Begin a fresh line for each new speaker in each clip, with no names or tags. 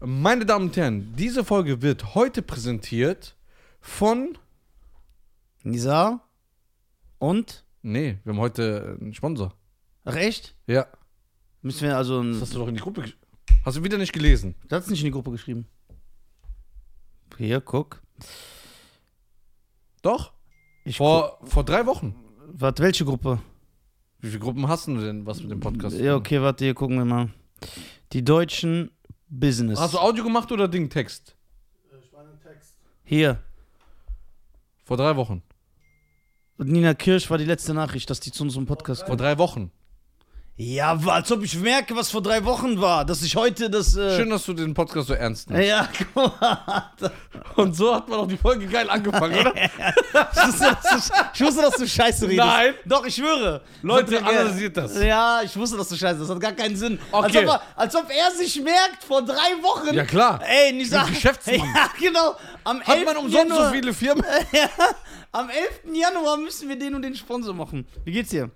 Meine Damen und Herren, diese Folge wird heute präsentiert von.
Nisa? Und?
Nee, wir haben heute einen Sponsor.
Ach echt?
Ja.
Müssen wir also ein.
hast du doch in die Gruppe. gesch- Hast du wieder nicht gelesen?
Das ist nicht in die Gruppe geschrieben. Hier, guck.
Doch?
Ich
Vor, vor drei Wochen.
guck- Warte, welche Gruppe?
Wie viele Gruppen hast du denn, was mit dem Podcast? zu
Ja,
tun?
okay, warte, hier gucken wir mal. Die deutschen Business.
Hast du Audio gemacht oder Ding Text?
Hier.
Vor drei Wochen.
Und Nina Kirsch war die letzte Nachricht, dass die zu unserem Podcast
Vor
kommt.
drei Wochen.
Ja, als ob ich merke, was vor drei Wochen war, dass ich heute das. Äh,
Schön, dass du den Podcast so ernst nimmst.
Ja, guck mal.
Und so hat man auch die Folge geil angefangen, oder?
Ich wusste, dass du, ich wusste, dass du Scheiße redest.
Nein.
Doch, ich schwöre.
Leute,
Wirklich, äh,
analysiert das.
Ja, ich wusste, dass du Scheiße Das hat gar keinen Sinn. Als,
Okay.
ob er, als ob er sich merkt, vor drei Wochen.
Ja, klar.
Ey, Nisa.
Ich bin Geschäftsmann.
Ja, genau. Am
Hat
11.
man umsonst
Januar,
so viele Firmen?
ja, am 11. Januar müssen wir den und den Sponsor machen. Wie geht's dir?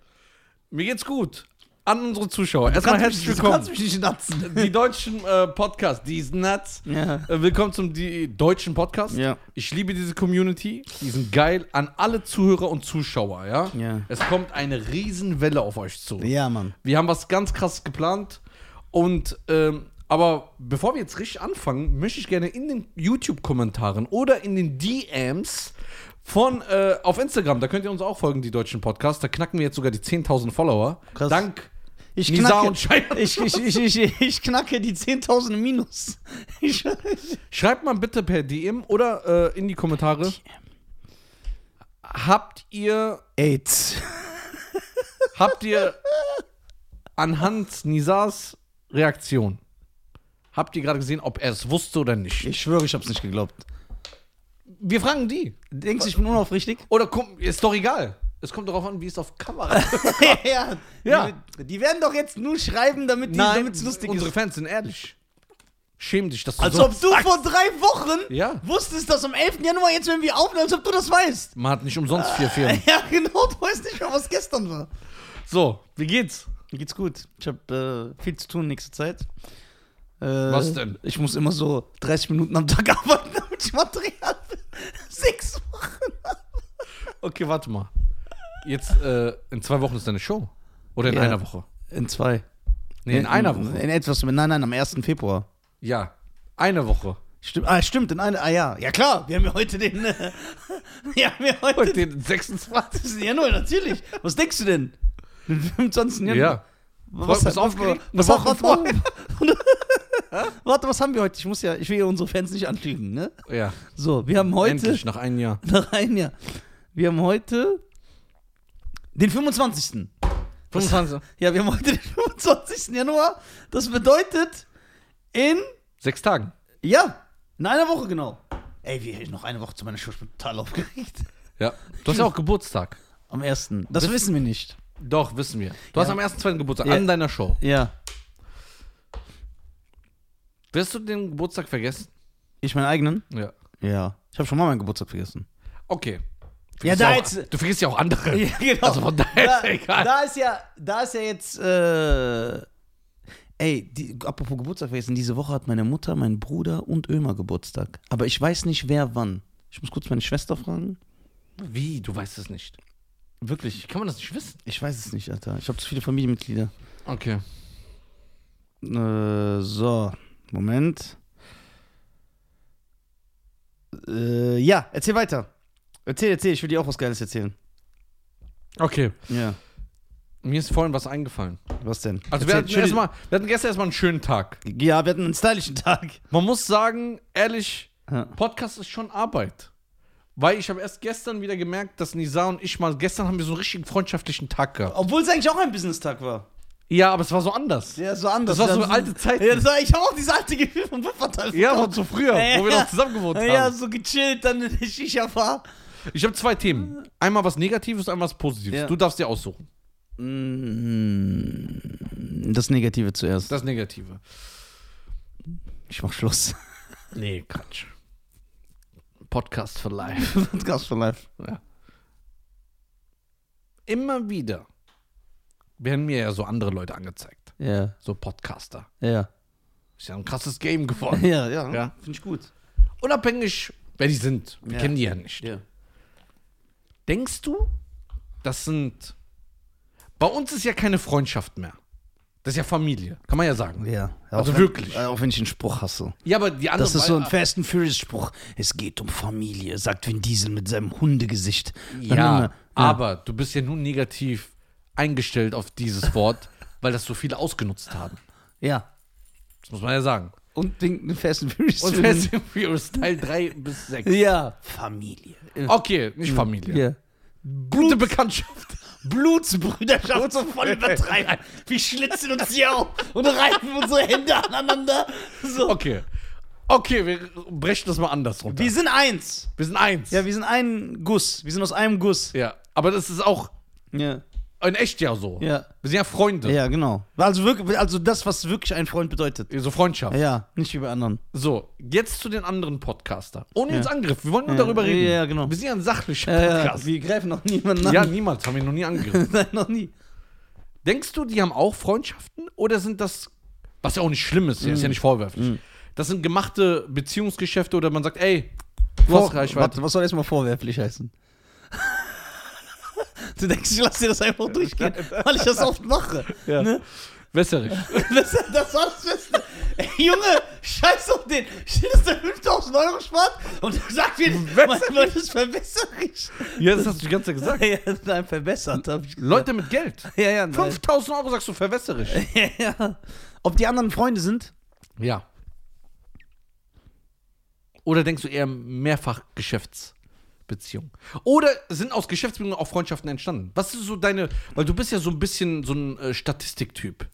Mir geht's gut. An unsere Zuschauer. Erstmal
Kannst mich-
herzlich
Du kannst
willkommen.
mich nicht natzen.
Die deutschen äh, Podcasts, die sind nuts.
Ja.
Äh, Willkommen zum die deutschen Podcast.
Ja.
Ich liebe diese Community. Die sind geil an alle Zuhörer und Zuschauer, ja?
Ja.
Es kommt eine Riesenwelle auf euch zu.
Ja, Mann.
Wir haben was ganz krasses geplant. Und, ähm, aber bevor wir jetzt richtig anfangen, möchte ich gerne in den YouTube-Kommentaren oder in den DMs von äh, auf Instagram, da könnt ihr uns auch folgen, die deutschen Podcasts. Da knacken wir jetzt sogar die 10.000 Follower.
Krass.
Dank
Ich
Nisa
knacke,
und Scheier.
ich, ich, ich, ich, ich knacke die 10.000 Minus. Ich, ich,
Schreibt mal bitte per DM oder äh, in die Kommentare. Habt ihr,
AIDS.
habt ihr anhand Nisas Reaktion, habt ihr gerade gesehen, ob er es wusste oder nicht?
Ich schwöre, ich hab's nicht geglaubt.
Wir fragen die.
Denkst du, ich bin unaufrichtig?
Oder komm, ist doch egal. Es kommt darauf an, wie es auf Kamera ist.
ja.
Ja.
Die, die werden doch jetzt nur schreiben, damit es lustig
unsere
ist.
Fans sind ehrlich. Schäm dich, dass du
Als
so
ob du vor drei Wochen
Ja.
wusstest, dass am 11. Januar jetzt, wenn wir aufnehmen, als ob du das weißt.
Man hat nicht umsonst vier Firmen.
Ja, genau, du weißt nicht mehr, was gestern war.
So, wie geht's?
Mir geht's gut. Ich habe viel zu tun in nächster Zeit. Äh,
Was denn?
Ich muss immer so 30 Minuten am Tag arbeiten, damit ich Material für sechs Wochen
Okay, warte mal. Jetzt, äh, in zwei Wochen ist deine Show. Oder in
Ja.
einer Woche.
In zwei.
Nee, in, einer Woche.
In etwas, nein, nein, am 1. Februar.
Ja, eine Woche.
Stimmt, ah, stimmt, in einer, ah ja, ja klar, wir haben ja heute den, äh, wir haben ja heute
Heute
den
den 26.
20. Januar, natürlich. Was denkst du denn? Den 25. Januar?
Ja.
Was,
Bist
was,
du
was,
aufgeregt? Eine
was,
Woche
was,
vor-
Warte, was haben wir heute? Ich muss ja, ich will ja unsere Fans nicht anlügen, ne?
Ja,
So, wir haben heute,
endlich, nach einem Jahr.
nach einem Jahr, wir haben heute den 25.
25.
Ja, wir haben heute den 25. Januar. Das bedeutet in,
Sechs Tagen.
ja, in einer Woche genau. Ey, wir, noch eine Woche zu meiner Show, ich bin total aufgeregt.
Ja. Du hast ja auch Geburtstag.
Am ersten. Das wissen wir nicht.
Doch, wissen wir. Du hast am ersten, zweiten Geburtstag
Ja.
an deiner Show.
Ja.
Wirst du den Geburtstag vergessen?
Ich meinen eigenen?
Ja.
Ja. Ich habe schon mal meinen Geburtstag vergessen.
Okay.
Ja,
Vergisst
da
auch,
jetzt-
Du vergisst ja auch andere.
genau.
Also von daher
da,
ist egal.
Da ist ja, da ist ja jetzt, äh, ey, die, apropos Geburtstag vergessen, diese Woche hat meine Mutter, mein Bruder und Ömer Geburtstag. Aber ich weiß nicht, wer wann. Ich muss kurz meine Schwester fragen.
Wie? Du weißt es nicht.
Wirklich?
Wie kann man das nicht wissen?
Ich weiß es nicht, Alter. Ich habe zu viele Familienmitglieder.
Okay.
Äh, so, Moment. Äh, ja, erzähl weiter. Erzähl, erzähl, ich will dir auch was Geiles erzählen.
Okay.
Ja,
Mir ist vorhin was eingefallen.
was denn?
Also
erzähl,
wir, hatten erst mal, wir hatten gestern erstmal einen schönen Tag.
Ja, wir hatten einen stylischen Tag.
Man muss sagen, ehrlich,
Ja.
Podcast ist schon Arbeit. Weil ich habe erst gestern wieder gemerkt, dass Nisa und ich mal, gestern haben wir so einen richtigen freundschaftlichen Tag gehabt.
Obwohl es eigentlich auch ein Business-Tag war.
Ja, aber es war so anders.
Ja, so anders.
Das war so
Ja,
alte Zeiten.
Ja, das war, ich habe auch dieses alte Gefühl von Wuppertal.
Ja, von
bekommen.
zu früher, wo wir
Ja.
noch zusammen gewohnt haben.
Ja, so gechillt, dann in der Shisha war.
Ich habe zwei Themen. Einmal was Negatives, einmal was Positives.
Ja.
Du darfst dir aussuchen. Mm.
Das Negative zuerst.
Das Negative.
Ich mach Schluss.
Nee, Quatsch. Podcast for Life.
Podcast for Life.
Ja. Immer wieder werden mir ja so andere Leute angezeigt.
Ja,
So Podcaster.
ja.
Ist ja ein krasses Game geworden.
Ja, ja.
Ja.
Finde ich gut.
Unabhängig, wer die sind. Wir
Ja.
kennen die ja nicht.
Ja.
Denkst du, das sind. Bei uns ist ja keine Freundschaft mehr. Das ist ja Familie, kann man ja sagen.
ja.
Also
Auch wenn- äh,
wirklich.
Auch wenn ich einen Spruch hasse.
Ja, aber die andere.
Das ist so ein Fast and Furious Spruch. Es geht um Familie, sagt Vin Diesel mit seinem Hundegesicht.
Ja, aber du bist ja nun negativ eingestellt auf dieses Wort, weil das so viele ausgenutzt haben.
Ja.
Das muss man ja sagen.
Und den Fast and Furious.
Und
Film.
Fast and Furious Teil 3 bis 6.
ja. Familie.
Okay, nicht Familie.
Ja.
Gute Bekanntschaft.
Blutsbrüderschaft so voll übertreiben. Wir schlitzen uns hier auf und reiben unsere Hände aneinander. So.
Okay. Okay, wir brechen das mal anders runter.
Wir sind eins.
Wir sind eins.
Ja, wir sind ein Guss. Wir sind aus einem Guss.
Ja, aber das ist auch
Ja.
in echt ja so.
Ja.
Wir sind ja Freunde.
Ja, genau. Also, wirklich, also das, was wirklich ein Freund bedeutet.
So Freundschaft.
Ja, nicht wie bei anderen.
So, jetzt zu den anderen Podcaster. Ohne
Ja.
jetzt Angriff. Wir wollen nur
Ja.
darüber reden.
Ja, genau.
Wir sind ja ein sachlicher
Äh,
Podcast.
wir greifen noch niemanden
Ja,
an.
niemals. Haben wir noch nie angegriffen.
Nein, noch nie.
Denkst du, die haben auch Freundschaften? Oder sind das, was ja auch nicht schlimm ist,
Mm.
ist ja nicht vorwerflich. Das sind gemachte Beziehungsgeschäfte oder man sagt, ey, du hast Reichweite.
Warte, was soll erstmal vorwerflich heißen? du denkst, ich lasse dir das einfach durchgehen, weil ich das oft mache.
Ja.
Ne?
Wässerich.
Das, das war das Beste. Ey, Junge, scheiß auf den. Steht das der 5000 Euro spart und dann sagt mir, mein Leute, ist verbesserisch.
Ja, das hast du die ganze Zeit gesagt.
Ja, nein, verbessert, hab ich gesagt.
Leute mit Geld.
Ja, ja, nein.
5000 Euro sagst du verwässerisch.
ja, ja. Ob die anderen Freunde sind?
Ja. Oder denkst du eher mehrfach Geschäftsbeziehung? Oder sind aus Geschäftsbeziehungen auch Freundschaften entstanden? Was ist so deine, weil du bist ja so ein bisschen so ein äh, Statistiktyp.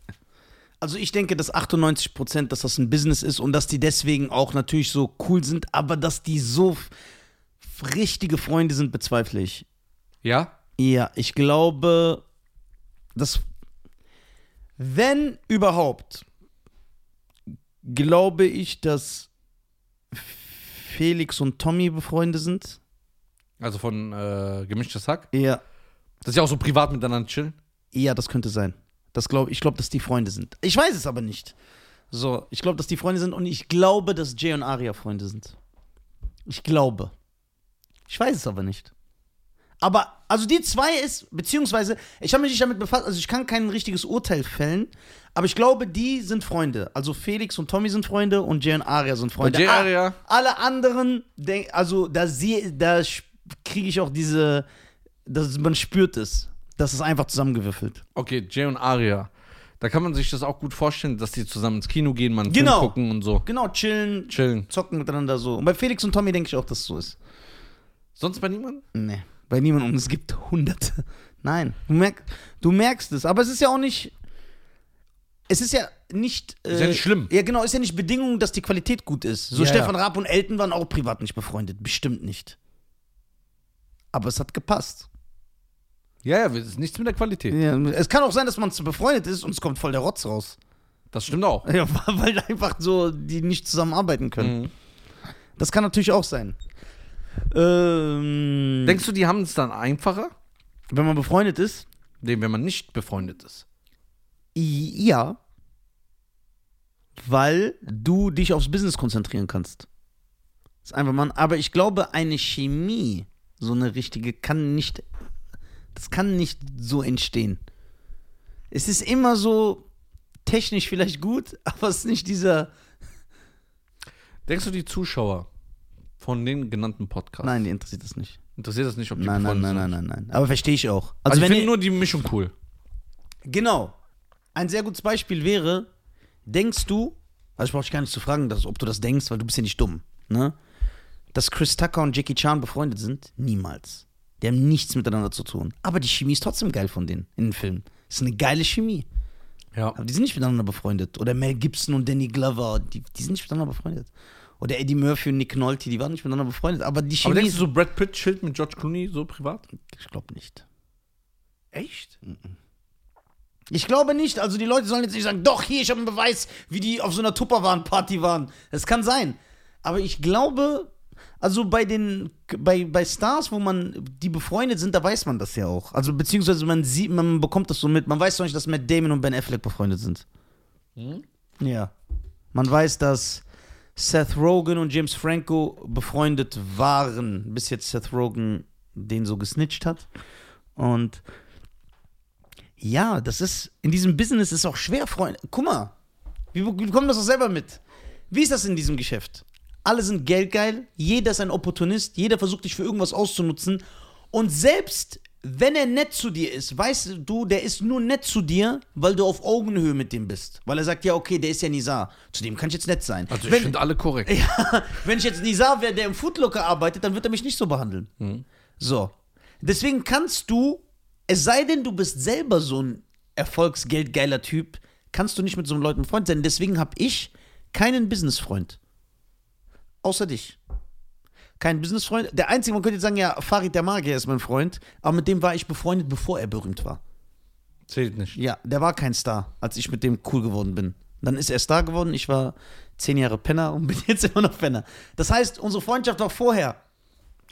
Also ich denke, dass 98 Prozent, dass das ein Business ist und dass die deswegen auch natürlich so cool sind, aber dass die so f- richtige Freunde sind, bezweifle ich.
Ja?
Ja, ich glaube, dass wenn überhaupt, glaube ich, dass Felix und Tommy befreundet sind.
Also von äh, gemischtes Hack.
Ja,
Das ist ja auch so privat miteinander chillen.
ja, das könnte sein. Das glaube ich, glaube, dass die Freunde sind. Ich weiß es aber nicht. So, ich glaube, dass die Freunde sind und ich glaube, dass Jay und Aria Freunde sind. Ich glaube. Ich weiß es aber nicht. Aber, also die zwei ist, beziehungsweise, ich habe mich nicht damit befasst, also ich kann kein richtiges Urteil fällen, aber ich glaube, die sind Freunde. Also Felix und Tommy sind Freunde und Jay und Aria sind Freunde.
Bei Jay
Ah,
Aria-
Alle anderen, denk, also da, sie- da kriege ich auch diese, dass man spürt es. Das ist einfach zusammengewürfelt.
Okay, Jay und Aria. Da kann man sich das auch gut vorstellen, dass die zusammen ins Kino gehen, man
Genau.
Film gucken und so.
Genau, chillen,
Chillen.
zocken miteinander so. Und bei Felix und Tommy denke ich auch, dass es so ist.
Sonst bei niemandem?
Nee, bei niemandem. Und es gibt Hunderte. Nein, du, merk, du merkst es. Aber es ist ja auch nicht. Es ist ja nicht. Äh,
ja nicht schlimm.
Ja, genau. Ist ja nicht Bedingung, dass die Qualität gut ist. So
Ja,
Stefan Raab und Elton waren auch privat nicht befreundet. Bestimmt nicht. Aber es hat gepasst.
Ja, ja, es ist nichts mit der Qualität.
Ja, es kann auch sein, dass man zu befreundet ist und es kommt voll der Rotz raus.
Das stimmt auch.
Ja, weil einfach so die nicht zusammenarbeiten können.
Mhm.
Das kann natürlich auch sein. Ähm,
Denkst du, die haben es dann einfacher?
wenn man befreundet ist?
Nee, wenn man nicht befreundet ist.
I- Ja. Weil du dich aufs Business konzentrieren kannst. Ist einfach mal. ein- Aber ich glaube, eine Chemie, so eine richtige, kann nicht. Das kann nicht so entstehen. Es ist immer so technisch vielleicht gut, aber es ist nicht dieser.
Denkst du, die Zuschauer von den genannten Podcasts
Nein, die interessiert das nicht.
interessiert das nicht, ob die
Nein, nein,
befreundet
nein,
sind?
nein, nein, nein. Aber verstehe ich auch.
Also, ich
wenn
finde
ihr-
nur die Mischung cool.
Genau. Ein sehr gutes Beispiel wäre, denkst du, also ich brauche dich gar nicht zu fragen, dass, ob du das denkst, weil du bist ja nicht dumm, ne? Dass Chris Tucker und Jackie Chan befreundet sind? Niemals. Die haben nichts miteinander zu tun. Aber die Chemie ist trotzdem geil von denen in den Filmen. Das ist eine geile Chemie.
Ja.
Aber die sind nicht miteinander befreundet. Oder Mel Gibson und Danny Glover, die, die sind nicht miteinander befreundet. Oder Eddie Murphy und Nick Nolte, die waren nicht miteinander befreundet. Aber die
Aber
Chemie
denkst
ist.
du, so Brad Pitt chillt mit George Clooney so privat?
Ich glaube nicht.
Echt?
Ich glaube nicht. Also die Leute sollen jetzt nicht sagen, doch, hier, ich habe einen Beweis, wie die auf so einer Tupperwaren-Party waren. Es kann sein. Aber ich glaube, also bei den, bei, bei Stars, wo man, die befreundet sind, da weiß man das ja auch. Also beziehungsweise man sieht, man bekommt das so mit. Man weiß doch nicht, dass Matt Damon und Ben Affleck befreundet sind. Ja. Man weiß, dass Seth Rogen und James Franco befreundet waren, bis jetzt Seth Rogen den so gesnitcht hat. Und ja, das ist, in diesem Business ist auch schwer, Freunde. Guck mal, wir be- wir bekommen das auch selber mit. Wie ist das in diesem Geschäft? Alle sind geldgeil, jeder ist ein Opportunist, jeder versucht dich für irgendwas auszunutzen. Und selbst wenn er nett zu dir ist, weißt du, der ist nur nett zu dir, weil du auf Augenhöhe mit dem bist. Weil er sagt, ja, okay, der ist ja Nizar. Zu dem kann ich jetzt nett sein.
Also ich
Wenn-
finde alle korrekt.
ja, wenn ich jetzt Nizar wäre, der im Foodlocker arbeitet, dann wird er mich nicht so behandeln. So. Deswegen kannst du, es sei denn, du bist selber so ein erfolgsgeldgeiler Typ, kannst du nicht mit so einem Leuten Freund sein. Deswegen habe ich keinen Businessfreund. Außer dich. Kein Businessfreund. Der einzige, man könnte jetzt sagen, ja, Farid der Magier ist mein Freund, aber mit dem war ich befreundet, bevor er berühmt war.
Zählt nicht.
Ja, der war kein Star, als ich mit dem cool geworden bin. Dann ist er Star geworden, ich war zehn Jahre Penner und bin jetzt immer noch Penner. Das heißt, unsere Freundschaft war vorher.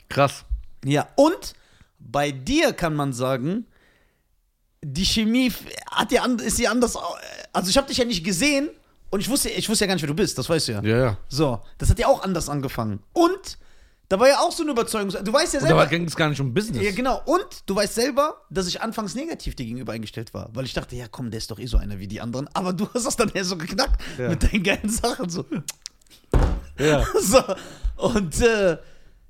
Krass.
Ja, und bei dir kann man sagen, die Chemie f- hat ja an- ist ja anders. au- Also ich habe dich ja nicht gesehen und ich wusste, ich wusste ja gar nicht, wer du bist, das weißt du ja.
Ja, ja.
So, das hat ja auch anders angefangen. Und da war ja auch so eine Überzeugung. Du weißt ja
Und da
selber.
ging es gar nicht um Business.
Ja, genau. Und du weißt selber, dass ich anfangs negativ dir gegenüber eingestellt war, weil ich dachte, ja komm, der ist doch eh so einer wie die anderen. Aber du hast das dann eher so geknackt
Ja.
mit deinen geilen Sachen. So.
Ja.
so. Und äh,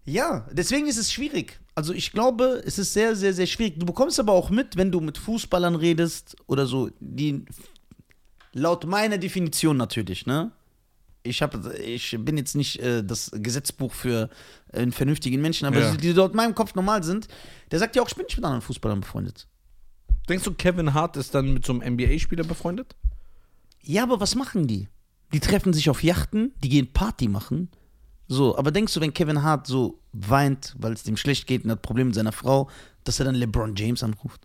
ja, deswegen ist es schwierig. Also ich glaube, es ist sehr, sehr, sehr schwierig. Du bekommst aber auch mit, wenn du mit Fußballern redest oder so, die laut meiner Definition natürlich, ne? Ich, hab, ich bin jetzt nicht äh, das Gesetzbuch für äh, einen vernünftigen Menschen, aber
Ja.
die, die dort in meinem Kopf normal sind, der sagt ja auch, ich bin nicht mit anderen Fußballern befreundet.
Denkst du, Kevin Hart ist dann mit so einem NBA-Spieler befreundet?
Ja, aber was machen die? Die treffen sich auf Yachten, die gehen Party machen. So, aber denkst du, wenn Kevin Hart so weint, weil es dem schlecht geht und hat Probleme mit seiner Frau, dass er dann LeBron James anruft?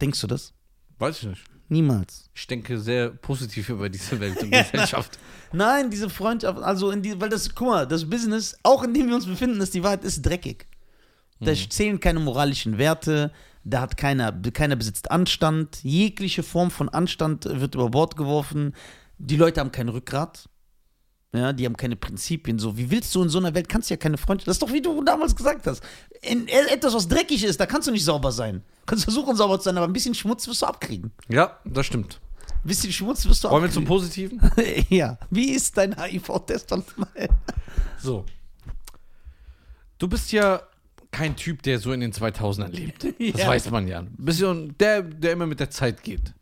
Denkst du das?
Weiß ich nicht.
Niemals.
Ich denke sehr positiv über diese Welt und Gesellschaft.
Nein, diese Freundschaft, also in die, weil das, guck mal, das Business, auch in dem wir uns befinden, ist die Wahrheit, ist dreckig. Da
Mhm.
zählen keine moralischen Werte, da hat keiner, keiner besitzt Anstand, jegliche Form von Anstand wird über Bord geworfen, die Leute haben kein Rückgrat. Ja, die haben keine Prinzipien. So, wie willst du in so einer Welt, kannst du ja keine Freundschaft. Das ist doch, wie du damals gesagt hast. In e- etwas, was dreckig ist, da kannst du nicht sauber sein. Du kannst versuchen, sauber zu sein, aber ein bisschen Schmutz wirst du abkriegen.
Ja, das stimmt.
Ein bisschen Schmutz wirst du
Wollen wir zum
abkriegen.
Positiven?
ja. Wie ist dein HIV-Test?
So. Du bist ja kein Typ, der so in den 2000ern lebt. Das
Ja.
weiß man ja. Bisschen der, der immer mit der Zeit geht.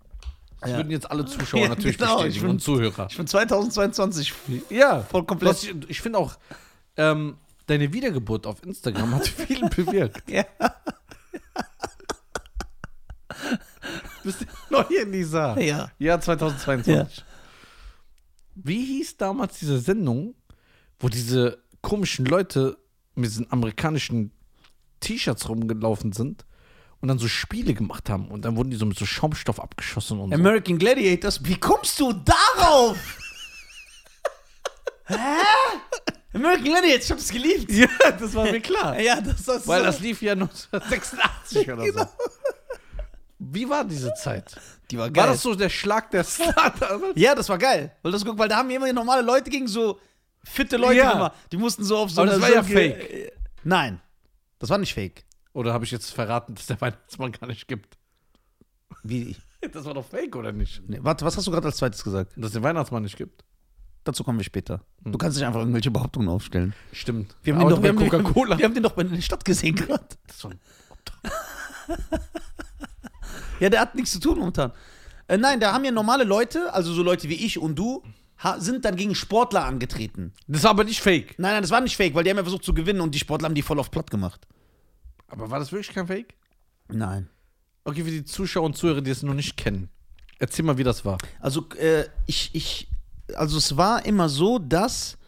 Das
Ja.
würden jetzt alle Zuschauer
Ja,
natürlich
genau, ich
bestätigen
bin-
und Zuhörer.
Ich bin 2022.
Ja,
Voll komplett.
was ich ich finde auch, ähm, deine Wiedergeburt auf Instagram hat viel bewirkt.
Ja.
Du bist die neue Lisa.
Ja.
Jahr 2022. Wie hieß damals diese Sendung, wo diese komischen Leute mit diesen amerikanischen T-Shirts rumgelaufen sind und dann so Spiele gemacht haben und dann wurden die so mit so Schaumstoff abgeschossen und so.
American Gladiators, wie kommst du darauf? Hä? American Gladiators, ich hab das geliebt.
Ja, das war mir klar.
Ja, das ist
Weil
so-
das lief ja 1986 oder so. Wie war diese Zeit?
die war geil.
Genau. War das so der Schlag der Star damals?
ja, das war geil. Weil das guck, weil da haben immer normale Leute gegen so fitte Leute
Ja.
gemacht. Die mussten so auf so
Aber das
einer
war ja
so-
fake.
Nein. Das war nicht fake.
Oder habe ich jetzt verraten, dass der Weihnachtsmann gar nicht gibt?
Wie?
Das war doch fake, oder nicht?
Nee, warte, was hast du gerade als zweites gesagt?
Dass der Weihnachtsmann nicht gibt.
Dazu kommen wir später. Du kannst nicht einfach irgendwelche Behauptungen aufstellen.
Stimmt.
Wir haben,
Aber
den doch,
bei
wir, haben den,
Coca-Cola.
wir haben den doch bei in der Stadt gesehen gerade.
Das war ein
Ja, der hat nichts zu tun momentan. Äh, nein, da haben ja normale Leute, also so Leute wie ich und du, ha, sind dann gegen Sportler angetreten.
Das war aber nicht fake.
Nein, nein, das war nicht fake, weil die haben ja versucht zu gewinnen und die Sportler haben die voll auf platt gemacht.
Aber war das wirklich kein Fake?
Nein.
Okay, für die Zuschauer und Zuhörer, die es noch nicht kennen. Erzähl mal, wie das war.
Also äh, ich, ich, also es war immer so, dass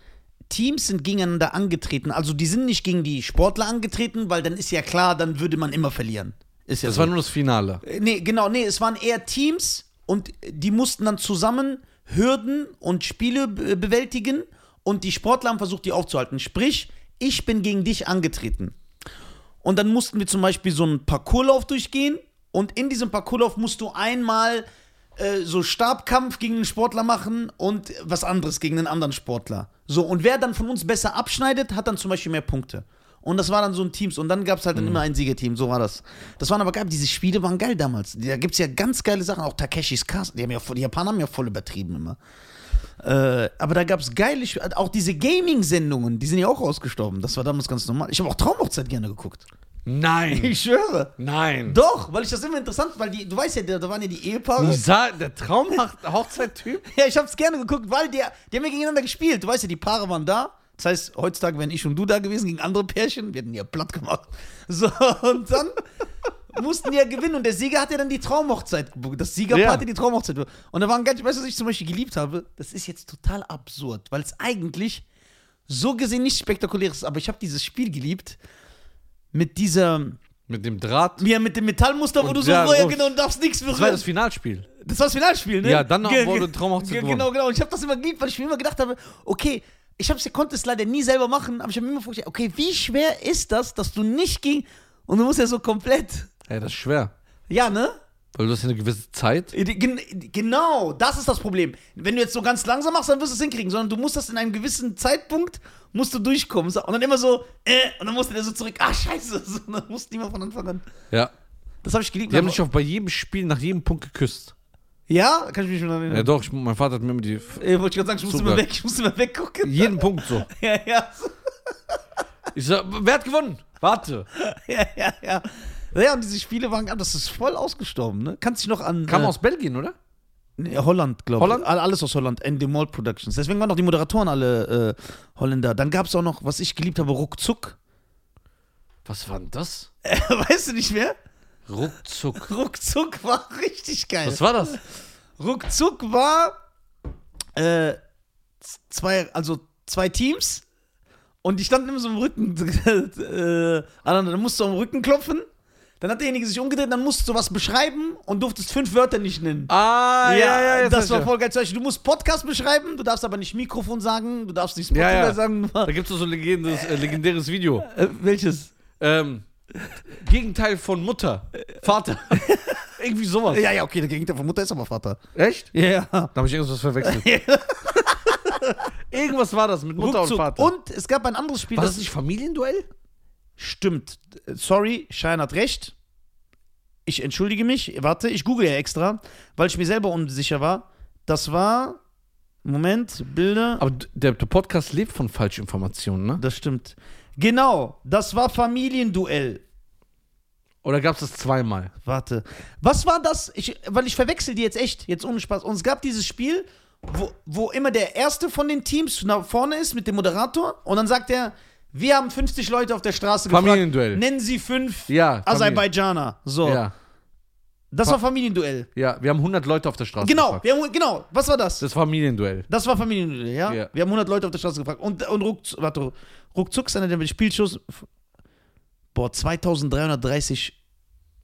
Teams sind gegeneinander angetreten. Also die sind nicht gegen die Sportler angetreten, weil dann ist ja klar, dann würde man immer verlieren. Ist ja
Das
so.
war nur das Finale.
Äh, Nee, genau, nee, es waren eher Teams und die mussten dann zusammen Hürden und Spiele b- bewältigen und die Sportler haben versucht, die aufzuhalten. Sprich, ich bin gegen dich angetreten. Und dann mussten wir zum Beispiel so einen Parkourlauf durchgehen und in diesem Parkourlauf musst du einmal äh, so Stabkampf gegen einen Sportler machen und was anderes gegen einen anderen Sportler. So, und wer dann von uns besser abschneidet, hat dann zum Beispiel mehr Punkte. Und das war dann so ein Teams. Und dann gab es halt dann immer ein Siegerteam. So war das. Das waren aber geil. Diese Spiele waren geil damals. Da gibt es ja ganz geile Sachen. Auch Takeshis Castle. Die, haben ja, voll- die Japaner haben ja voll übertrieben immer. Äh, aber da gab es geile Spiele. Auch diese Gaming-Sendungen, die sind ja auch ausgestorben. Das war damals ganz normal. Ich habe auch Traumhochzeit gerne geguckt.
Nein.
Ich schwöre.
Nein.
Doch, weil ich das immer interessant, weil die, du weißt ja, da, da waren ja die Ehepaare.
Nisa, der Traumhochzeit-Typ?
Ja, ich hab's gerne geguckt, weil die, die haben ja gegeneinander gespielt. Du weißt ja, die Paare waren da. Das heißt, heutzutage wären ich und du da gewesen gegen andere Pärchen. Wir hätten die ja platt gemacht. So, und dann mussten die ja gewinnen. Und der Sieger hat ja dann die Traumhochzeit gebucht. Das Siegerpaar
Ja.
hatte die Traumhochzeit. gebucht. Und da waren ganz, weißt du, was ich zum Beispiel geliebt habe? Das ist jetzt total absurd, weil es eigentlich so gesehen nichts Spektakuläres ist. Aber ich habe dieses Spiel geliebt mit dieser,
Mit dem Draht.
ja, mit dem Metallmuster, wo
Und
du so,
ja,
ja,
wo-
genau, und darfst nichts berühren.
Das war das Finalspiel.
Das war das Finalspiel, ne?
Ja, dann
Ge-
wurde
ge-
Traumhochzeit
ge-
gewonnen.
Genau, genau. Und ich habe das immer geliebt, weil ich mir immer gedacht habe, okay, ich hab's, konnte es leider nie selber machen, aber ich habe mir immer vorgestellt, okay, wie schwer ist das, dass du nicht ging und du musst ja so komplett.
Ey, das ist schwer.
Ja, ne?
Weil du hast ja eine gewisse Zeit.
Gen genau, das ist das Problem. Wenn du jetzt so ganz langsam machst, dann wirst du es hinkriegen, sondern du musst das in einem gewissen Zeitpunkt, musst du durchkommen. So- Und dann immer so, äh, und dann musste der so zurück, ah, scheiße. So, und dann musste immer von Anfang an.
Ja.
Das habe ich geliebt.
Die haben
aber-
dich auch bei jedem Spiel nach jedem Punkt geküsst.
ja, kann ich mich schon erinnern.
Ja, doch, ich, mein Vater hat mir immer die.
Äh, wollte ich gerade sagen, ich musste
Super.
immer weg, ich musste immer weggucken.
Jeden Punkt so.
Ja, ja. So.
Ich sag, wer hat gewonnen? Warte.
ja, ja, ja. Naja, und diese Spiele waren, ah, das ist voll ausgestorben, ne? Kannst dich noch an.
Kam
äh,
aus Belgien, oder?
nee, Holland, glaube ich.
Holland?
All- Alles aus Holland, Endemol Productions. Deswegen waren auch die Moderatoren alle äh, Holländer. Dann gab es auch noch, was ich geliebt habe, Ruckzuck.
Was war denn das?
Äh, weißt du nicht mehr?
Ruckzuck.
Ruckzuck war richtig geil.
Was war das?
Ruckzuck war äh, z- zwei, also zwei Teams und die standen immer so im Rücken äh, aneinander. Dann musst du am Rücken klopfen, dann hat derjenige sich umgedreht, dann musst du was beschreiben und durftest fünf Wörter nicht nennen.
Ah,
das war voll geil. Zum Beispiel, Du musst Podcast beschreiben, du darfst aber nicht Mikrofon sagen, du darfst nicht Spotify
Ja, ja.
sagen.
Da gibt es so ein legendes, äh, legendäres Video.
Äh, welches?
Ähm, Gegenteil von Mutter. Vater. Irgendwie sowas.
Ja, ja, okay, der Gegenteil von Mutter ist aber Vater.
Echt?
Ja, ja.
Da habe ich irgendwas verwechselt. irgendwas war das mit Mutter
Ruckzuck.
und Vater.
Und es gab ein anderes Spiel,
war das nicht Familienduell?
Stimmt. Sorry, Schein hat recht. Ich entschuldige mich. Warte, ich google ja extra, weil ich mir selber unsicher war. Das war. Moment, Bilder. Oh,
Aber d- der, der Podcast lebt von Falschinformationen, ne?
Das stimmt. Genau, das war Familienduell.
Oder gab es das zweimal?
Warte. Was war das? Ich, weil ich verwechsel die jetzt echt, jetzt ohne Spaß. Und es gab dieses Spiel, wo, wo immer der erste von den Teams nach vorne ist mit dem Moderator und dann sagt er, wir haben 50 Leute auf der Straße
Familienduell.
Nennen Sie fünf
Ja. Familien-
Aserbaidschaner. So.
Ja,
Das war Familienduell.
ja. Wir haben 100 Leute auf der Straße.
Genau,
gefragt.
wir haben, genau. Was war das?
Das Familienduell.
Das war Familienduell, ja?
Ja.
Wir haben 100 Leute auf der Straße gefragt. Und, und ruckzuck, warte, ruckzuck ist einer der Spielschuss. Boah, 2330,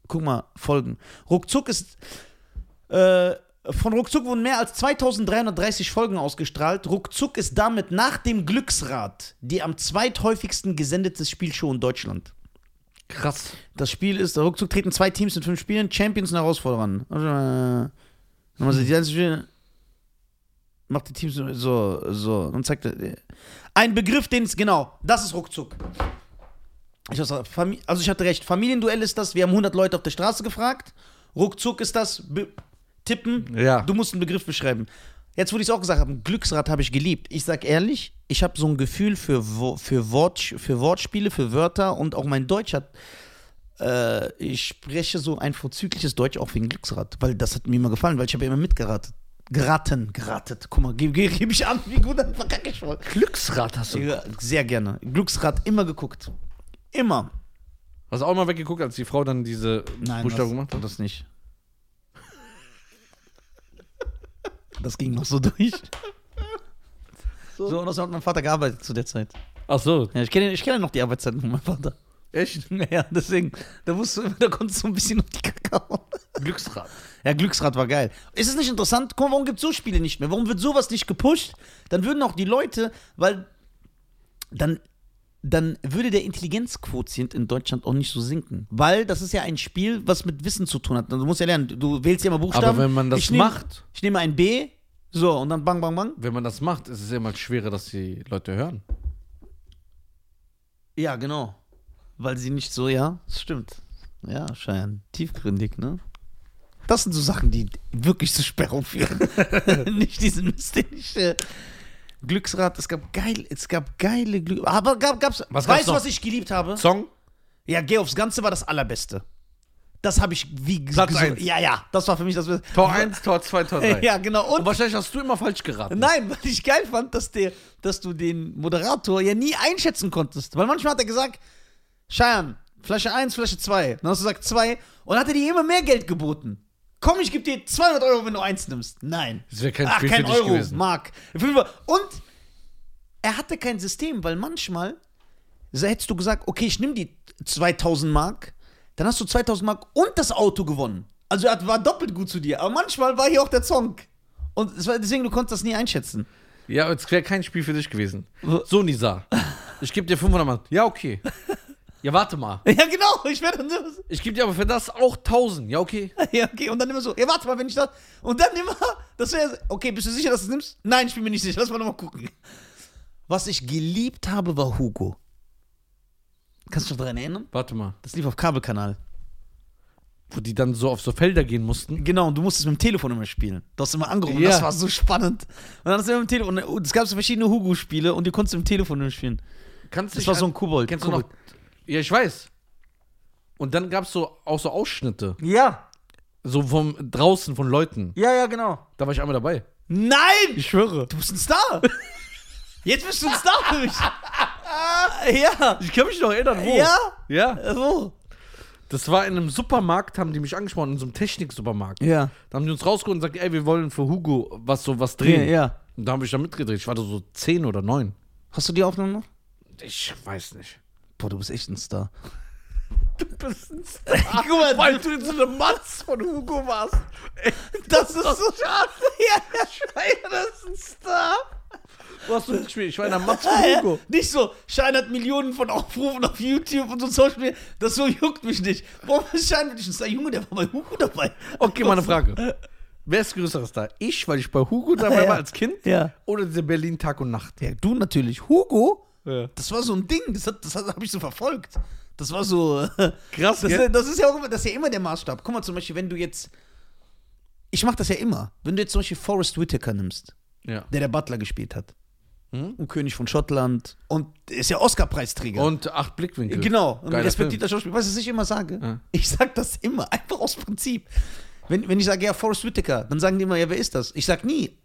guck mal, Folgen. Ruckzuck ist. Äh, von Ruckzuck wurden mehr als 2330 Folgen ausgestrahlt. Ruckzuck ist damit nach dem Glücksrad die am zweithäufigsten gesendete Spielshow in Deutschland.
Krass.
Das Spiel ist, der Ruckzuck treten zwei Teams mit fünf Spielen, Champions und Herausforderern. Äh, Nochmal so, die ganzen Spiele. Macht die Teams so, so. Und zeigt. äh, Ein Begriff, den es, genau, das ist Ruckzuck. Ich hab's- Fami- also, ich hatte recht. Familienduell ist das, wir haben 100 Leute auf der Straße gefragt. Ruckzuck ist das, be- tippen.
Ja.
Du musst einen Begriff beschreiben. Jetzt, wo ich es auch gesagt habe, Glücksrad habe ich geliebt. Ich sag ehrlich, ich habe so ein Gefühl für, Wo- für, Wort, für Wortspiele, für Wörter und auch mein Deutsch hat. Äh, ich spreche so ein vorzügliches Deutsch auch wegen Glücksrad, weil das hat mir immer gefallen, weil ich habe ja immer mitgeratet. Geraten, geratet. Guck mal, gebe geb, geb ich an, wie gut das verkacke ich voll.
Glücksrad hast du.
Ja, sehr gerne. Glücksrad immer geguckt. Immer.
Hast du auch mal weggeguckt, als die Frau dann diese Buchstaben gemacht hat?
Das nicht. Das ging noch so durch. So, und das hat mein Vater gearbeitet zu der Zeit.
Ach so.
Ja, ich kenne ich kenne noch die Arbeitszeiten von meinem Vater.
Echt?
Ja, deswegen, da, musst du, da konntest du ein bisschen auf die Kacke hauen.
Glücksrad.
Ja, Glücksrad war geil. Ist es nicht interessant? Guck mal, warum gibt es so Spiele nicht mehr? Warum wird sowas nicht gepusht? Dann würden auch die Leute, weil dann dann würde der Intelligenzquotient in Deutschland auch nicht so sinken. Weil das ist ja ein Spiel, was mit Wissen zu tun hat. Also, Du musst ja lernen, du wählst ja immer Buchstaben.
Aber wenn man das
ich nehm-
macht.
Ich nehme ein B, so, und dann bang, bang, bang.
Wenn man das macht, ist es ja mal schwerer, dass die Leute hören.
Ja, genau. Weil sie nicht so, ja, das stimmt. Ja, scheinen tiefgründig, ne? Das sind so Sachen, die wirklich zu Sperrung führen. nicht diesen Mist, den ich. Äh, Glücksrad, es gab geil, es gab geile Glück. Aber gab, gab's.
Was gab's
weißt du,
noch?
was ich geliebt habe?
Song?
Ja, geh aufs Ganze war das Allerbeste. Das habe ich wie
Platz
ges-
eins.
Ja, ja, das war für mich das Beste.
Tor 1, Tor 2, Tor 3.
Ja, genau. Und,
Und wahrscheinlich hast du immer falsch geraten.
nein, weil ich geil fand, dass, der, dass du den Moderator ja nie einschätzen konntest. Weil manchmal hat er gesagt, Scheiern, Flasche 1, Flasche 2. Dann hast du gesagt 2 und dann hat er dir immer mehr Geld geboten. Komm, ich geb dir 200 Euro, wenn du 1 nimmst. Nein.
Das wäre kein Spiel für dich
Euro,
gewesen.
Mark. Fünfer. Und er hatte kein System, weil manchmal so hättest du gesagt, okay, ich nehme die 2000 Mark, dann hast du 2000 Mark und das Auto gewonnen. Also er hat- war doppelt gut zu dir, aber manchmal war hier auch der Song. Und es war, deswegen, du konntest das nie einschätzen.
Ja, aber es wäre kein Spiel für dich gewesen.
W-
So, Nisa. Ich gebe dir 500 Mann. Ja, okay. Ja, warte mal.
Ja, genau, ich werde dann so.
Ich gebe dir aber für das auch 1000. Ja, okay.
Ja, okay, und dann immer so, ja, warte mal, wenn ich das. Und dann immer, das wäre, okay, bist du sicher, dass du es nimmst? Nein, ich bin mir nicht sicher, lass mal nochmal gucken. Was ich geliebt habe, war Hugo. Kannst du dich daran erinnern?
Warte mal.
Das lief auf Kabelkanal.
Wo die dann so auf so Felder gehen mussten.
Genau, und du musstest mit dem Telefon immer spielen. Du hast immer angerufen,
Ja.
das war so spannend. Und dann hast du immer mit dem Telefon, und es gab so verschiedene Hugo-Spiele und die konntest du mit dem Telefon immer spielen.
Kannst
Das
dich
war so
an-
ein Kobold.
Kennst
Kobold.
du noch? Ja, ich weiß. Und dann gab es so, auch so Ausschnitte.
Ja,
So vom draußen von Leuten.
ja, ja, genau.
Da war ich einmal dabei.
Nein!
Ich schwöre.
Du bist ein Star! Jetzt bist du ein Star für mich! ja!
Ich kann mich noch erinnern, wo.
Ja?
Ja.
Wo?
Das war in einem Supermarkt, haben die mich angesprochen, in so einem Techniksupermarkt.
Ja.
Da haben die uns rausgeholt und gesagt, ey, wir wollen für Hugo was so was drehen.
ja.
Und da habe ich da mitgedreht. Ich war da so 10 oder 9.
Hast du die Aufnahme noch?
Ich weiß nicht.
Boah, du bist echt ein Star.
Du bist ein Star.
Guck mal,
Weil du so eine Matz von Hugo warst.
das, ist so schade. ja, ja, Schweine, das ist ein Star.
Du hast so mitgespielt. Ich war in der Matz
Ah,
von
ja.
Hugo.
Nicht so, Schein hat Millionen von Aufrufen auf YouTube und so Social Media. Das so juckt mich nicht. Warum ist Schein wirklich ein Star? Junge, der war bei Hugo dabei.
Okay, meine Frage. Wer ist größerer Star? Ich, weil ich bei Hugo dabei
Ja.
war als Kind?
Ja.
Oder diese Berlin Tag und Nacht?
Ja, du natürlich. Hugo,
Ja.
das war so ein Ding, das, hat, das hat, habe ich so verfolgt. Das war so. äh,
Krass,
das,
gell?
das, ist ja auch, immer- das ist ja immer der Maßstab. Guck mal, zum Beispiel, wenn du jetzt. Ich mache das ja immer. Wenn du jetzt zum Beispiel Forrest Whitaker nimmst,
Ja.
der der Butler gespielt hat.
Mhm.
Und König von Schottland. Und ist ja Oscar-Preisträger.
Und acht Blickwinkel.
Genau, ein
Geiler
respektierter Schauspieler. Weißt du, was ich immer sage?
Ja.
Ich sage das immer, einfach aus Prinzip. Wenn, wenn ich sage, ja, Forrest Whitaker, dann sagen die immer, ja, wer ist das? Ich sage nie,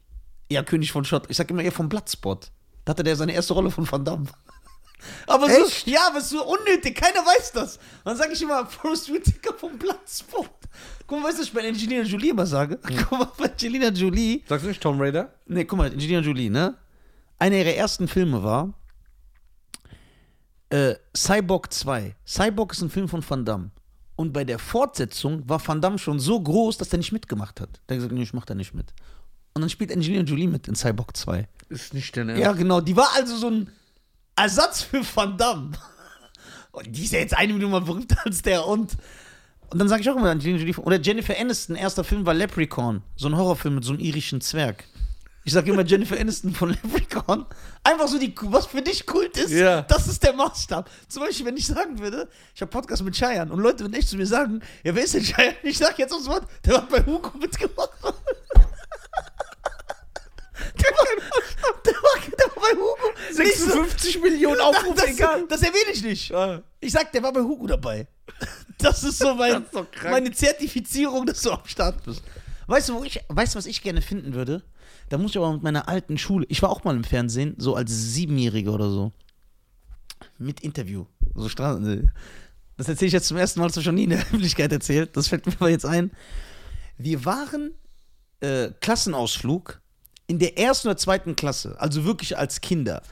ja, König von Schott. Ich sage immer, ja, vom Bloodspot. Da hatte der seine erste Rolle von Van Damme. Aber so,
Echt?
ja, aber so unnötig, keiner weiß das. Und dann sage ich immer, Forrest Whitaker vom Bloodspot. Guck mal, weißt du, was ich bei Angelina Jolie immer sage?
Hm.
Guck mal, bei Angelina Jolie
Sagst du nicht Tom Raider?
Ne, guck mal, Angelina Jolie, ne? Einer ihrer ersten Filme war äh, Cyborg 2. Cyborg ist ein Film von Van Damme. Und bei der Fortsetzung war Van Damme schon so groß, dass der nicht mitgemacht hat. Der hat gesagt, nee, ich mach da nicht mit. Und dann spielt Angelina Jolie mit in Cyborg 2.
Ist nicht der
Ja, genau. Die war also so ein Ersatz für Van Damme. Und die ist ja jetzt eine Minute mal berühmter als der und. Und dann sage ich auch immer Angelina Jolie. Oder Jennifer Aniston, erster Film war Leprechaun. So ein Horrorfilm mit so einem irischen Zwerg. Ich sage immer Jennifer Aniston von Leprechaun. Einfach so, die, was für dich Kult ist,
Ja.
das ist der Maßstab. Zum Beispiel, wenn ich sagen würde, ich habe Podcast mit Cheyenne und Leute würden echt zu mir sagen, ja, wer ist denn Cheyenne? Ich sage jetzt aufs Wort, der hat bei Hugo mitgemacht. Der war, der war, der war bei Hugo. Nicht so-
56 Millionen Aufrufe,
das,
egal.
Das erwähne ich nicht. Ich sag, der war bei Hugo dabei. Das ist so mein,
Das ist doch krank.
meine Zertifizierung, dass du am Start bist. Weißt du, wo ich, weißt du, was ich gerne finden würde? Da muss ich aber mit meiner alten Schule, ich war auch mal im Fernsehen, so als Siebenjähriger oder so. Mit Interview. So Straßen. Das erzähle ich jetzt zum ersten Mal, das habe ich schon nie in der Öffentlichkeit erzählt. Das fällt mir aber jetzt ein. Wir waren äh, Klassenausflug in der ersten oder zweiten Klasse, also wirklich als Kinder,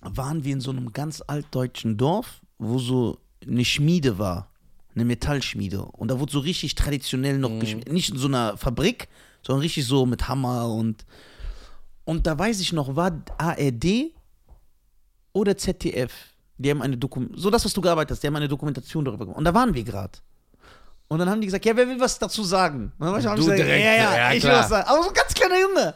waren wir in so einem ganz altdeutschen Dorf, wo so eine Schmiede war, eine Metallschmiede. Und da wurde so richtig traditionell
Mhm.
noch geschmiedet. Nicht in so einer Fabrik, sondern richtig so mit Hammer und. Und da weiß ich noch, war ARD oder ZDF, die haben eine Dokumentation, so das, was du gearbeitet hast, die haben eine Dokumentation darüber gemacht. Und da waren wir gerade. Und dann haben die gesagt, ja, wer will was dazu sagen? Und dann hab ich- hab ich
Du
gesagt,
direkt,
ja, ja,
ja,
ich will
klar.
was sagen. Aber so ein ganz kleiner Junge.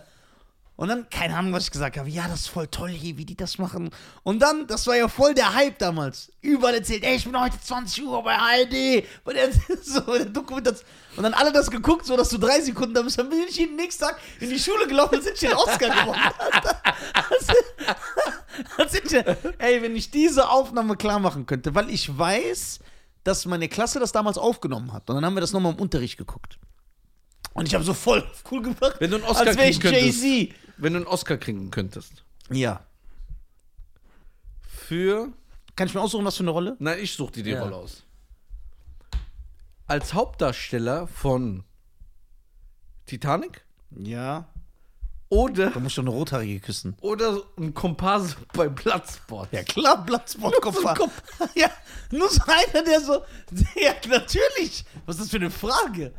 Und dann, keine Ahnung, was ich gesagt habe. Ja, das ist voll toll hier, wie die das machen. Und dann, das war ja voll der Hype damals. Überall erzählt, ey, ich bin heute 20 Uhr bei ARD. Bei der, so, bei der Dokumentation. Und dann alle das geguckt, so dass du drei Sekunden da bist. Dann bin ich jeden nächsten Tag in die Schule gelaufen und sind den Oscar gewonnen. Dann sind wir- Ey, wenn ich diese Aufnahme klar machen könnte, weil ich weiß, dass meine Klasse das damals aufgenommen hat. Und dann haben wir das nochmal im Unterricht geguckt. Und ich habe so voll auf cool gemacht.
Wenn du einen Oscar
als wäre ich
kriegen könntest.
Jay-Z.
Wenn du einen Oscar kriegen könntest.
Ja.
Für.
Kann ich mir aussuchen, was für eine Rolle?
Nein, ich such dir die
Ja.
Rolle aus. Als Hauptdarsteller von Titanic
Ja.
oder,
Da muss ich doch eine Rothaarige küssen.
oder ein Komparse bei Bloodsport.
Ja klar, Blattsportkopf.
Kopf.
ja, nur so einer, der so... Ja, natürlich. Was ist das für eine Frage?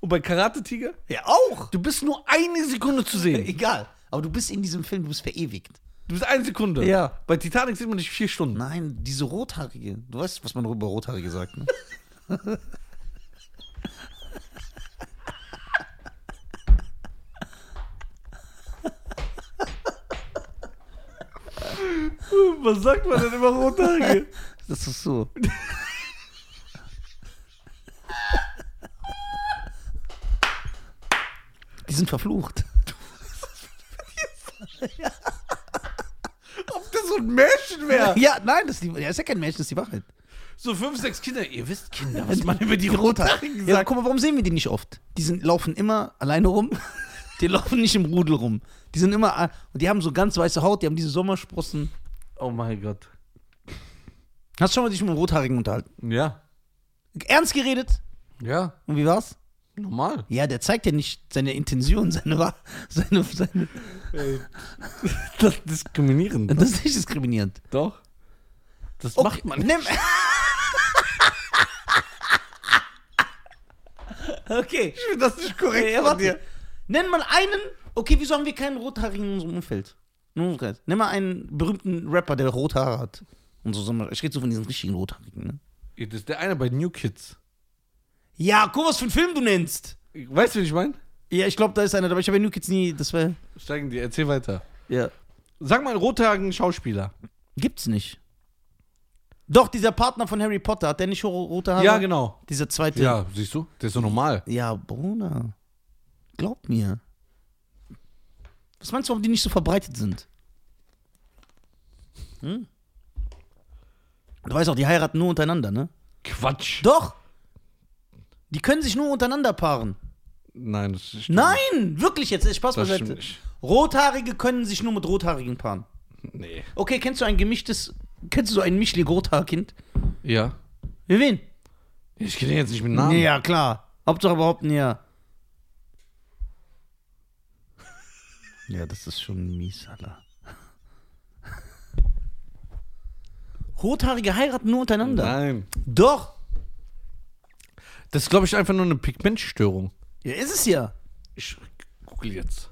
Und bei Karate Tiger?
Ja, auch.
Du bist nur eine Sekunde zu sehen.
Egal. Aber du bist in diesem Film, du bist verewigt.
Du bist eine Sekunde.
Ja.
Bei Titanic sieht man dich vier Stunden.
Nein, diese Rothaarige. Du weißt, was man über Rothaarige sagt, ne?
Was sagt man denn über Rothaarige?
Das ist so. Die sind verflucht.
Ob das so ein Märchen wäre?
Ja, nein, das ist, die, ja, ist ja kein Mensch, das ist die Wahrheit.
So fünf, sechs Kinder. Ihr wisst, Kinder, was man über die Rothaarigen
Ja,
sagt.
guck mal, warum sehen wir die nicht oft? Die sind, laufen immer alleine rum. Die laufen nicht im Rudel rum. Die sind immer. a- Und die haben so ganz weiße Haut, die haben diese Sommersprossen.
Oh mein Gott.
Hast du schon mal dich mit einem Rothaarigen unterhalten?
Ja.
Ernst geredet?
Ja.
Und wie war's?
Normal.
Ja, der zeigt ja nicht seine Intention, seine, Wahr- seine, seine
Das ist diskriminierend.
Das ist nicht diskriminierend.
Doch. Das
Okay,
macht man.
Nimm. okay.
Ich finde das nicht korrekt
Äh, Ja, warte. Nenn mal einen. Okay, wieso haben wir keinen Rothaarigen in unserem Umfeld? In unserem Umkreis. Nenn mal einen berühmten Rapper, der rote Haare hat. Und so, Sommer- ich rede so von diesen richtigen Rothaarigen. Ne?
Das ist der eine bei New Kids.
Ja, guck, was für einen Film du nennst.
Weißt du, wie ich meine?
Ja, ich glaube, da ist einer dabei. Ich habe ja New Kids nie. Das war.
Steigen die, erzähl weiter.
Ja.
Sag mal einen rothaarigen Schauspieler.
Gibt's nicht. Doch, dieser Partner von Harry Potter, hat der nicht ro- rote Haare?
Ja, genau.
Dieser zweite.
Ja, siehst du? Der ist so normal.
Ja, Bruder. Glaub mir. Was meinst du, warum die nicht so verbreitet sind? Hm? Du weißt auch, die heiraten nur untereinander, ne?
Quatsch.
Doch! Die können sich nur untereinander paaren.
Nein, das stimmt.
Nein! Wirklich jetzt, Spaß
Das stimmt
beiseite.
nicht.
Rothaarige können sich nur mit Rothaarigen paaren.
Nee.
Okay, kennst du ein gemischtes. Kennst du so ein Michli-Rothaarkind?
Ja.
Wie wen?
Ich kenne ihn jetzt nicht mit Namen.
Nee, Ja, klar. Hauptsache überhaupt ein Ja. Ja, das ist schon mies, Alter. Rothaarige heiraten nur untereinander.
Nein.
Doch.
Das ist, glaube ich, einfach nur eine Pigmentstörung.
Ja, ist es ja.
Ich google jetzt.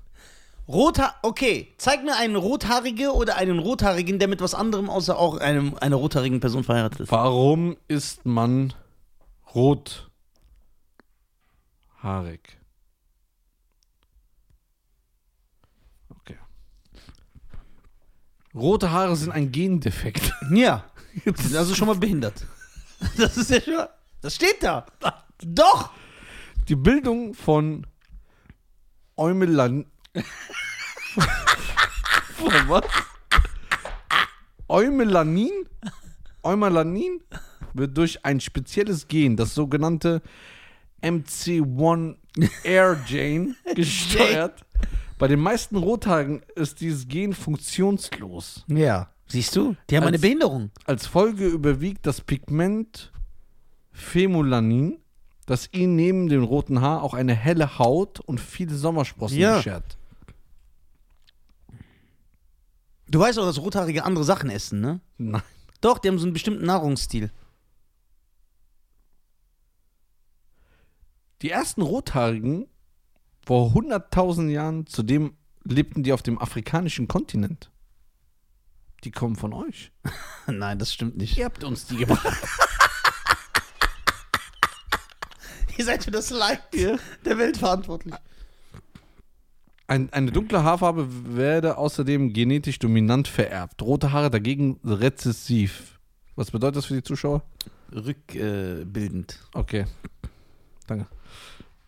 Rothaar. Okay, zeig mir einen Rothaarige oder einen Rothaarigen, der mit was anderem außer auch einem, einer rothaarigen Person verheiratet ist.
Warum ist man rothaarig? Okay. Rote Haare sind ein Gendefekt.
Ja. Die sind also schon mal behindert. Das ist ja schon. Das steht da. Doch.
Die Bildung von Eumelan. von was? Eumelanin? Eumelanin wird durch ein spezielles Gen, das sogenannte MC1 Air Jane, gesteuert. Bei den meisten Rothaarigen ist dieses Gen funktionslos.
Ja. Siehst du? Die haben eine
Als-
Behinderung.
Als Folge überwiegt das Pigment Femolanin, das ihn neben dem roten Haar auch eine helle Haut und viele Sommersprossen
Ja.
beschert.
Du weißt auch, dass Rothaarige andere Sachen essen, ne?
Nein.
Doch, die haben so einen bestimmten Nahrungsstil.
Die ersten Rothaarigen vor 100.000 Jahren, zudem lebten die auf dem afrikanischen Kontinent. die kommen von euch.
Nein, das stimmt nicht.
Ihr habt uns die gemacht.
Ihr seid für das Leid
Ja.
der Welt verantwortlich.
Ein, eine dunkle Haarfarbe werde außerdem genetisch dominant vererbt. Rote Haare dagegen rezessiv. Was bedeutet das für die Zuschauer?
Rückbildend.
Okay. Danke.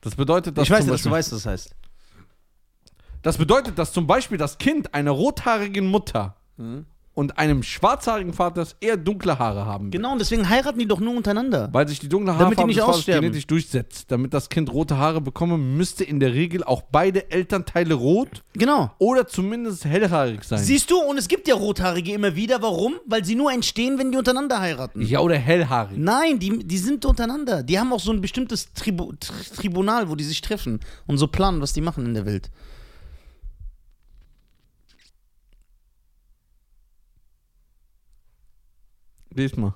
Das bedeutet, dass
ich weiß,
zum
ja, dass du
Beispiel-
weißt, was das heißt.
Das bedeutet, dass zum Beispiel das Kind einer rothaarigen Mutter
Mhm.
und einem schwarzhaarigen Vaters eher dunkle Haare haben wird.
Genau, und deswegen heiraten die doch nur untereinander.
Weil sich die dunkle
Damit die
Haarfarbe
nicht
des Vaters
aussterben.
genetisch durchsetzt. Damit das Kind rote Haare bekomme, müsste in der Regel auch beide Elternteile rot
Genau.
oder zumindest hellhaarig sein.
Siehst du, und es gibt ja Rothaarige immer wieder. Warum? Weil sie nur entstehen, wenn die untereinander heiraten.
ja, oder hellhaarig.
Nein, die, die sind untereinander. Die haben auch so ein bestimmtes Tribu Tri Tribunal, wo die sich treffen und so planen, was die machen in der Welt.
Lies mal.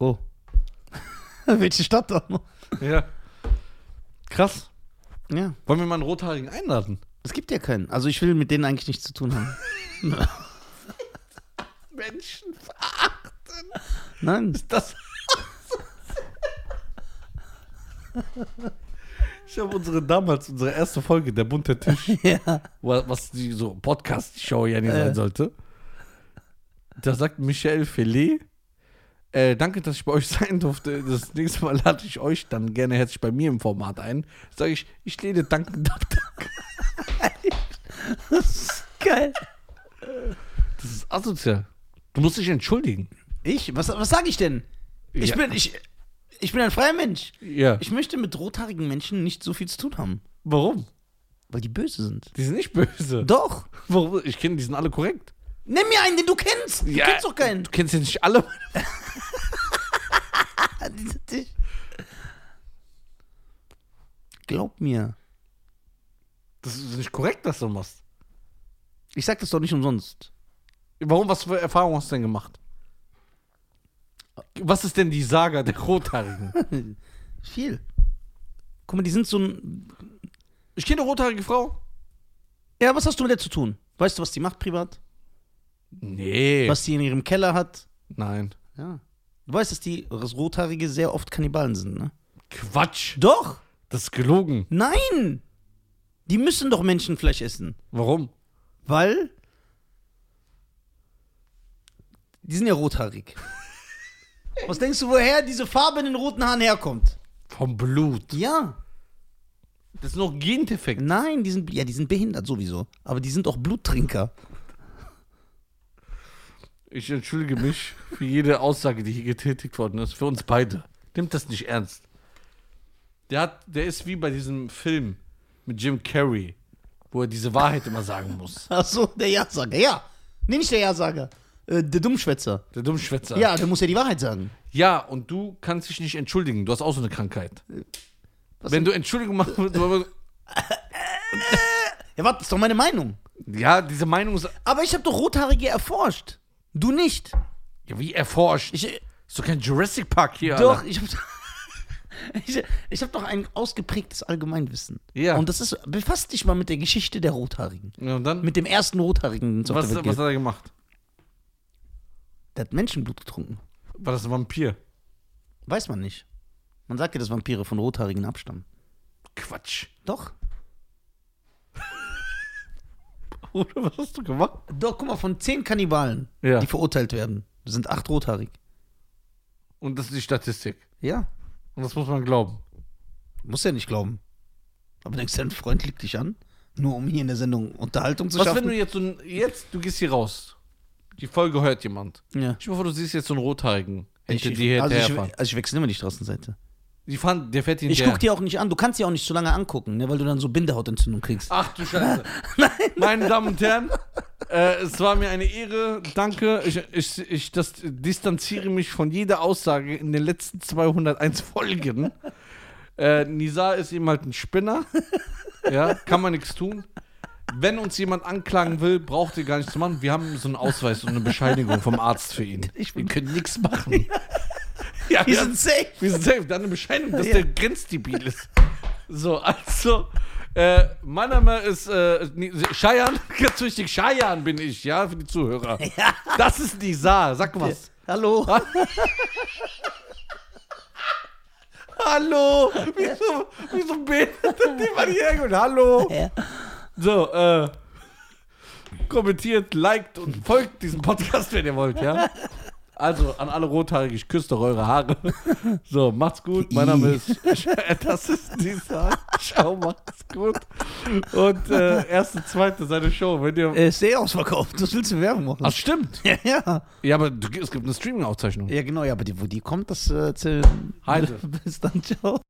Oh. Welche Stadt da?
Ja. Krass.
Ja.
Wollen wir mal einen rothaarigen einladen?
Es gibt ja keinen. Also ich will mit denen eigentlich nichts zu tun haben.
Menschen,
Nein.
das. Ich habe unsere damals, unsere erste Folge, der bunte Tisch,
ja.
wa- was die so Podcast-Show ja nicht sein sollte. Da sagt Michel Felet, äh, danke, dass ich bei euch sein durfte. Das nächste Mal lade ich euch dann gerne herzlich bei mir im Format ein. Sage ich, ich lehne dankend ab.
Geil.
Das ist asozial. Du musst dich entschuldigen.
Ich? Was, was sage ich denn? Ich
Ja.
bin ich, ich bin ein freier Mensch.
Ja.
Ich möchte mit rothaarigen Menschen nicht so viel zu tun haben,
warum?
weil die böse sind.
Die sind nicht böse.
Doch.
Warum? Ich kenne, die sind alle korrekt.
Nimm mir einen, den du kennst. Du
Ja.
kennst doch keinen.
Du kennst ja nicht alle.
Glaub mir.
Das ist nicht korrekt, was du machst.
Ich sag das doch nicht umsonst.
Warum? Was für Erfahrungen hast du denn gemacht? Was ist denn die Saga der Rothaarigen?
Viel. Guck mal, die sind so ein.
Ich kenne eine rothaarige Frau.
Ja, was hast du mit der zu tun? Weißt du, was die macht privat?
Nee.
Was die in ihrem Keller hat?
Nein.
Ja. Du weißt, dass die dass Rothaarige sehr oft Kannibalen sind, ne?
Quatsch.
Doch!
Das ist gelogen.
Nein! Die müssen doch Menschenfleisch essen.
Warum?
Weil. Die sind ja rothaarig. Was denkst du, woher diese Farbe in den roten Haaren herkommt?
Vom Blut.
Ja.
Das ist noch ein Gendefekt.
Nein, die sind, ja, die sind behindert sowieso. Aber die sind auch Bluttrinker.
Ich entschuldige mich für jede Aussage, die hier getätigt worden ist. Für uns beide. Nimmt das nicht ernst. Der, hat, der ist wie bei diesem Film mit Jim Carrey, wo er diese Wahrheit immer sagen muss.
Achso, der Ja-Sager. Ja. Nee, nicht der Ja-Sager. Äh, der Dummschwätzer.
Der Dummschwätzer.
Ja, der muss ja die Wahrheit sagen.
Ja, und du kannst dich nicht entschuldigen. Du hast auch so eine Krankheit.
Was
Wenn du Entschuldigung machst, du-
Ja, warte, ist doch meine Meinung.
ja, diese Meinung ist
Aber ich habe doch Rothaarige erforscht. Du nicht.
ja, wie erforscht.
Ich,
ist doch kein Jurassic Park hier.
Doch,
Alter.
ich habe ich, ich hab doch ein ausgeprägtes Allgemeinwissen.
Ja.
Und das ist, befasst dich mal mit der Geschichte der Rothaarigen.
Ja, und dann?
Mit dem ersten Rothaarigen, den es auf
Was, was
der Welt
hat
gibt.
er gemacht?
Der hat Menschenblut getrunken.
War das ein Vampir?
Weiß man nicht. Man sagt ja, dass Vampire von Rothaarigen abstammen.
Quatsch.
Doch.
Oder was hast du gemacht?
Doch, guck mal, von zehn Kannibalen,
Ja.
die verurteilt werden, sind acht rothaarig.
Und das ist die Statistik.
Ja.
Und das muss man glauben.
Muss ja nicht glauben. Aber denkst du, dein Freund lügt dich an? Nur um hier in der Sendung Unterhaltung zu
Was, wenn
schaffen?
du jetzt so ein, jetzt, du gehst hier raus. Die Folge hört jemand.
ja.
Ich hoffe, du siehst jetzt so einen Rothaarigen. Hätte die
also, ich,
hinterherfahren.
also ich wechsle immer die Straßenseite.
Die fahren, der fährt
Ich
hinterher.
guck dir auch nicht an. Du kannst dir auch nicht so lange angucken, ne, weil du dann so Bindehautentzündung kriegst.
Ach du Scheiße. Meine Damen und Herren, äh, es war mir eine Ehre. Danke. Ich, ich, ich das, distanziere mich von jeder Aussage in den letzten 201 Folgen. Äh, Nizar ist eben halt ein Spinner. Ja, kann man nichts tun. Wenn uns jemand anklagen will, braucht ihr gar nichts zu machen. Wir haben so einen Ausweis und eine Bescheinigung vom Arzt für ihn.
Ich
Wir
bin-
können nichts machen. Ja,
Wir
ja.
sind safe.
Wir sind safe, dann eine Bescheinigung, dass
Ja.
der grenzdebil ist. So, also, Äh, mein Name ist äh, nee, Scheian. Ganz wichtig, Scheian bin ich, ja, für die Zuhörer. Das ist Nisa. Sag was.
Hallo.
Hallo. Wieso, wieso betet denn die Barriere? Und Hallo.
Ja.
So, äh, kommentiert, liked und folgt diesem Podcast, wenn ihr wollt, ja? Also, an alle Rothaarige, ich küsse doch eure Haare. So, macht's gut. Mein Name ist. Das ist dieser. Ciao, macht's gut. Und äh, erste, zweite, seine Show. Wenn ihr.
Äh, Ist eh ausverkauft. Das willst du Werbung machen.
Ach, stimmt.
ja, ja.
Ja, aber du- es gibt eine Streaming-Aufzeichnung.
Ja, genau, ja, aber die, wo die kommt, das äh, zählt.
Heide.
Bis dann, ciao.